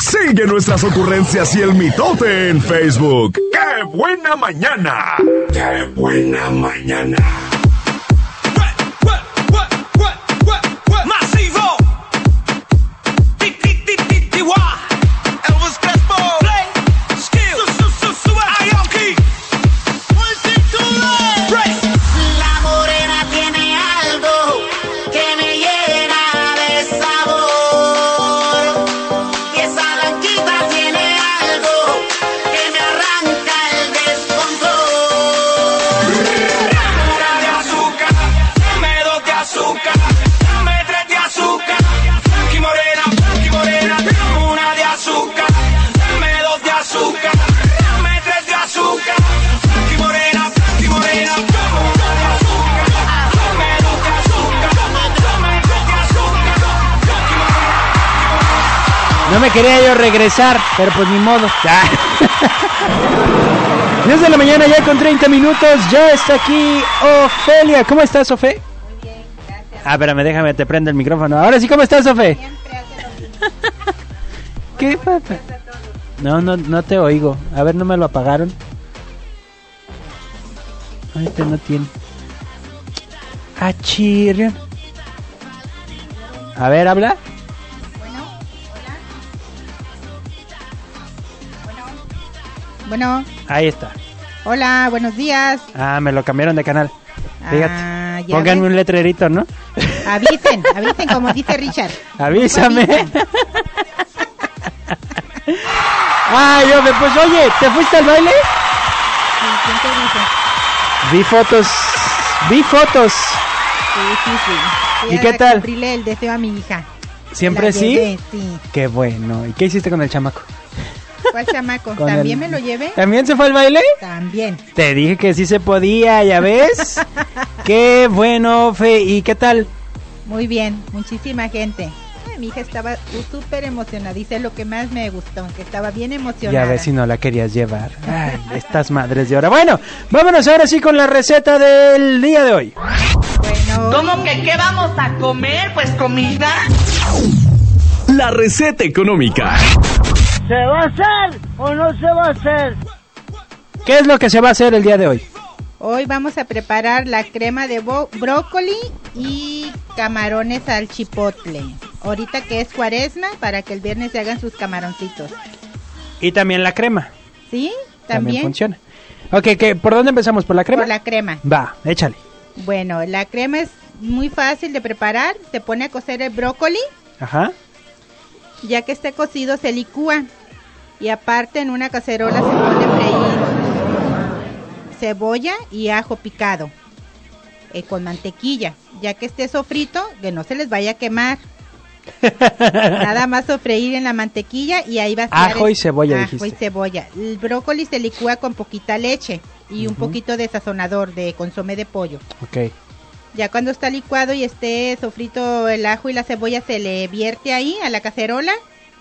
Sigue nuestras ocurrencias y el mitote en Facebook. ¡Qué buena mañana! ¡Qué buena mañana! Masivo. Ti, ti, ti, ti, ti, guá. Elvis Crespo. Play. Skill. Su, su, su, sube. Aoki. Multitudes. La morena tiene algo que me llena de sabor. Y esa blanquita tiene algo que me arranca el descontrol. Una de azúcar. Dame dos de azúcar. Dame tres de azúcar. Frankie Morena. Frankie Morena. Dame una de azúcar. Dame dos de azúcar. Dame tres de azúcar. Frankie Morena. Frankie Morena. Dame una de azúcar. Dame dos de azúcar. Dame tres de azúcar. Frankie Morena. No me quería yo regresar, pero pues ni modo. Ya. 10 de la mañana ya con 30 minutos, ya está aquí Ofelia. ¿Cómo estás, Ofe? Muy bien, gracias. Ah, espérame, déjame, te prende el micrófono. Ahora sí, ¿cómo estás, Ofe? ¿Qué pasa? No, no, no te oigo. A ver, ¿no me lo apagaron? Ah, Este no tiene. Ah, chirrión. A ver, habla. Bueno, Ahí está. hola, buenos días. Ah, me lo cambiaron de canal. Fíjate. Ah, ya Pónganme ves. un letrerito, ¿no? Avisen, avisen como dice Richard. Avísame. Ay, hombre, pues oye, ¿te fuiste al baile? Sí, ¿quién te dice? Vi fotos. Vi fotos. Sí, sí, sí. Fui ¿Y a qué tal? cumplirle el deseo a mi hija. ¿Siempre La sí? llevé, sí. Qué bueno. ¿Y qué hiciste con el chamaco? ¿Cuál chamaco? Con ¿También el- Eh. me lo llevé? ¿También se fue al baile? También. Te dije que sí se podía, ¿ya ves? qué bueno, Fe. ¿Y qué tal? Muy bien, muchísima gente. Ay, mi hija estaba súper emocionada. Dice lo que más me gustó, que estaba bien emocionada. Ya ves si no la querías llevar. Ay, estas madres de hora. Bueno, vámonos ahora sí con la receta del día de hoy. Bueno, ¿Cómo que qué vamos a comer? Pues comida. La receta económica. ¿Se va a hacer o no se va a hacer? ¿Qué es lo que se va a hacer el día de hoy? hoy vamos a preparar la crema de bo- brócoli y camarones al chipotle. Ahorita que es cuaresma, para que el viernes se hagan sus camaroncitos. Y también la crema. ¿Sí? También, ¿También? funciona. Ok, ¿qué- ¿por dónde empezamos? ¿Por la crema? Por la crema. Va, échale. Bueno, la crema es muy fácil de preparar. Se pone a cocer el brócoli. Ajá. Ya que esté cocido, se licúa. Y aparte, en una cacerola se pone a freír cebolla y ajo picado eh, con mantequilla. Ya que esté sofrito, que no se les vaya a quemar. Nada más sofreír en la mantequilla y ahí va a Ajo y cebolla, Ajo y dijiste. cebolla. El brócoli se licúa con poquita leche y un Ujú. poquito de sazonador de consomé de pollo. Ok. Ya cuando está licuado y esté sofrito el ajo y la cebolla, se le vierte ahí a la cacerola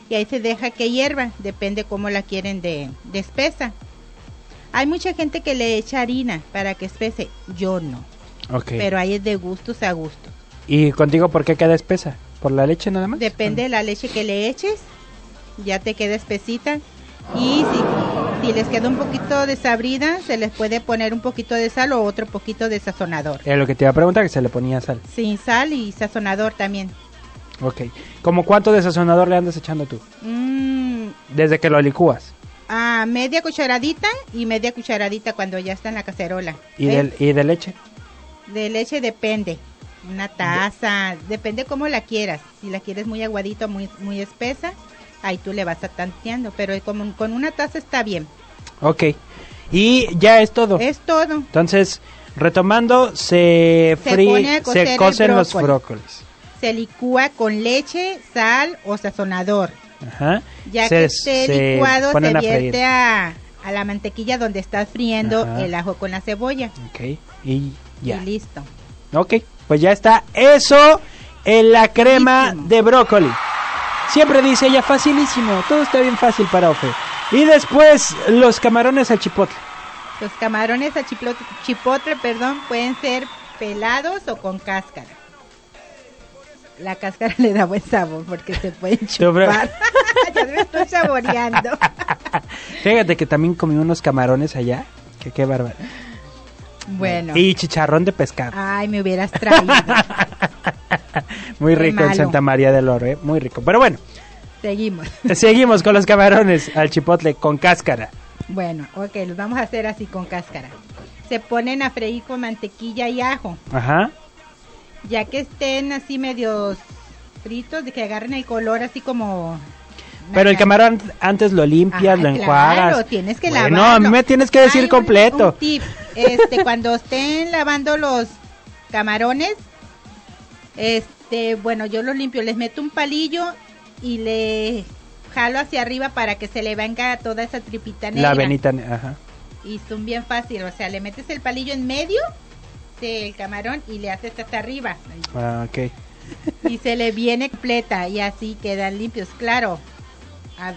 y ahí se deja que hierva, depende cómo la quieren de, de espesa. Hay mucha gente que le echa harina para que espese, yo no, Ok. pero ahí es de gustos a gustos. ¿Y contigo por qué queda espesa? ¿Por la leche nada más? Depende de la leche que le eches, ya te queda espesita. Y si, si les queda un poquito desabrida, se les puede poner un poquito de sal o otro poquito de sazonador. Era lo que te iba a preguntar, que se le ponía sal. Sin sal y sazonador también. Ok. ¿Cómo cuánto de sazonador le andas echando tú? Mmm, Desde que lo licúas. Ah, media cucharadita y media cucharadita cuando ya está en la cacerola. ¿Y, ¿Ves? del- y de leche? De leche depende. Una taza, depende cómo la quieras. Si la quieres muy aguadita, muy, muy espesa, ahí tú le vas a tanteando. Pero como con una taza está bien. Ok. Y ya es todo. Es todo. Entonces, retomando, se, Se frí- pone a cocer se el cocen los brócoli. brócolis. Se licúa con leche, sal o sazonador. Ajá. Ya Se- que esté se licuado, se ponen a freír. vierte a, a la mantequilla donde estás friendo Ajá. el ajo con la cebolla. Ok. Y ya. Y listo. Ok, pues ya está eso en la crema Buenísimo. de brócoli. Siempre dice ella, facilísimo, todo está bien fácil para Ofe. Y después los camarones al chipotle. Los camarones a chiplo- chipotle, perdón, pueden ser pelados o con cáscara. La cáscara le da buen sabor porque se pueden hombre. chupar. ya me estoy saboreando. Fíjate que también comí unos camarones allá. Que qué bárbaro. Bueno. Y chicharrón de pescado. Ay, me hubieras traído. Muy Qué rico en malo. Santa María del Oro, ¿eh? Muy rico. Pero bueno, Seguimos. seguimos con los camarones al chipotle con cáscara. Bueno, ok, los vamos a hacer así con cáscara. Se ponen a freír con mantequilla y ajo. Ajá. Ya que estén así medios fritos, de que agarren el color así como... Pero el camarón antes lo limpias, Ajá, lo enjuagas. Claro, tienes que Bueno, lavarlo. a mí me tienes que decir Hay un- completo. un tip, este, cuando estén lavando los camarones, este, bueno, yo los limpio, les meto un palillo y le jalo hacia arriba para que se le venga toda esa tripita negra. La venita, ne- ajá. Y son bien fácil, o sea, le metes el palillo en medio del camarón y le haces hasta arriba Ah, ok. y se le viene completa y así quedan limpios, claro. a-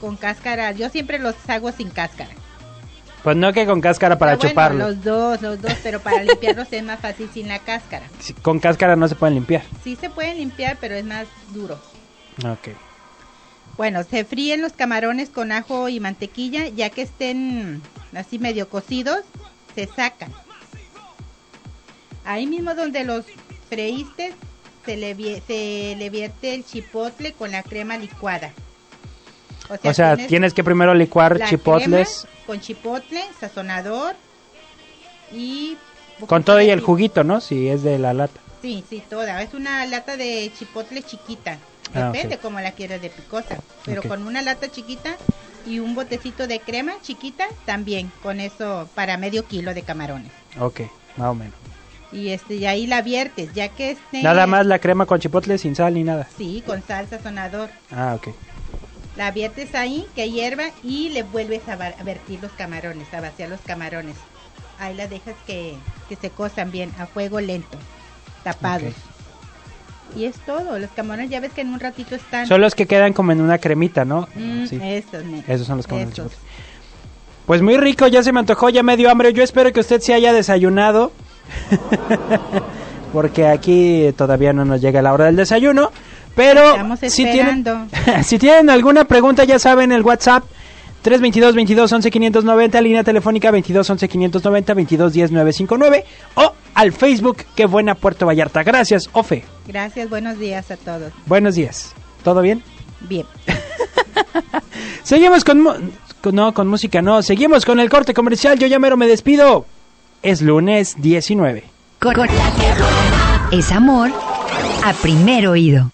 con cáscara, yo siempre los hago sin cáscara. Pues no que con cáscara para Ah, bueno, chuparlo. los dos, los dos, pero para limpiarlos es más fácil sin la cáscara. Sí, Con cáscara no se pueden limpiar. Sí se pueden limpiar, pero es más duro. Ok. Bueno, se fríen los camarones con ajo y mantequilla, ya que estén así medio cocidos, se sacan. Ahí mismo donde los freíste, se le, vie- se le vierte el chipotle con la crema licuada. O sea, tienes, que primero licuar la chipotles crema con chipotle, sazonador y... con todo y el juguito juguito, ¿no? Si es de la lata. Sí, sí, toda. Es una lata de chipotle chiquita. Ah, Depende ok. cómo la quieras de picosa. Pero Ok. con una lata chiquita y un botecito de crema chiquita también. Con eso para medio kilo de camarones. Ok, más o menos. Y este y ahí la viertes, ya que esté... Nada más la crema con chipotle sin sal ni nada. Sí, con salsa sonador. Ah, ok. La viertes ahí, que hierva y le vuelves a, va- a vertir los camarones, a vaciar los camarones. Ahí las dejas que, que se cosan bien, a fuego lento, tapados. Y es todo, los camarones ya ves que en un ratito están... Son los que quedan como en una cremita, ¿no? Ah. Mm, Sí. Esos, ne- Esos son los que mandan el esos. chipotle. Pues muy rico, ya se me antojó, ya me dio hambre. Yo espero que usted se haya desayunado. Porque aquí todavía no nos llega la hora del desayuno. Pero Estamos si tienen, esperando. si tienen alguna pregunta, ya saben, el WhatsApp 322 22 11 590, línea telefónica 22 11 590 22 10 959 o al Facebook, qué buena Puerto Vallarta. Gracias, Ofe. Gracias, buenos días a todos. Buenos días. ¿Todo bien? Bien. Seguimos con, mu- con- No, con música no. Seguimos con el corte comercial. Yo ya mero me despido. Es lunes 19. Cor- Es amor a primer oído.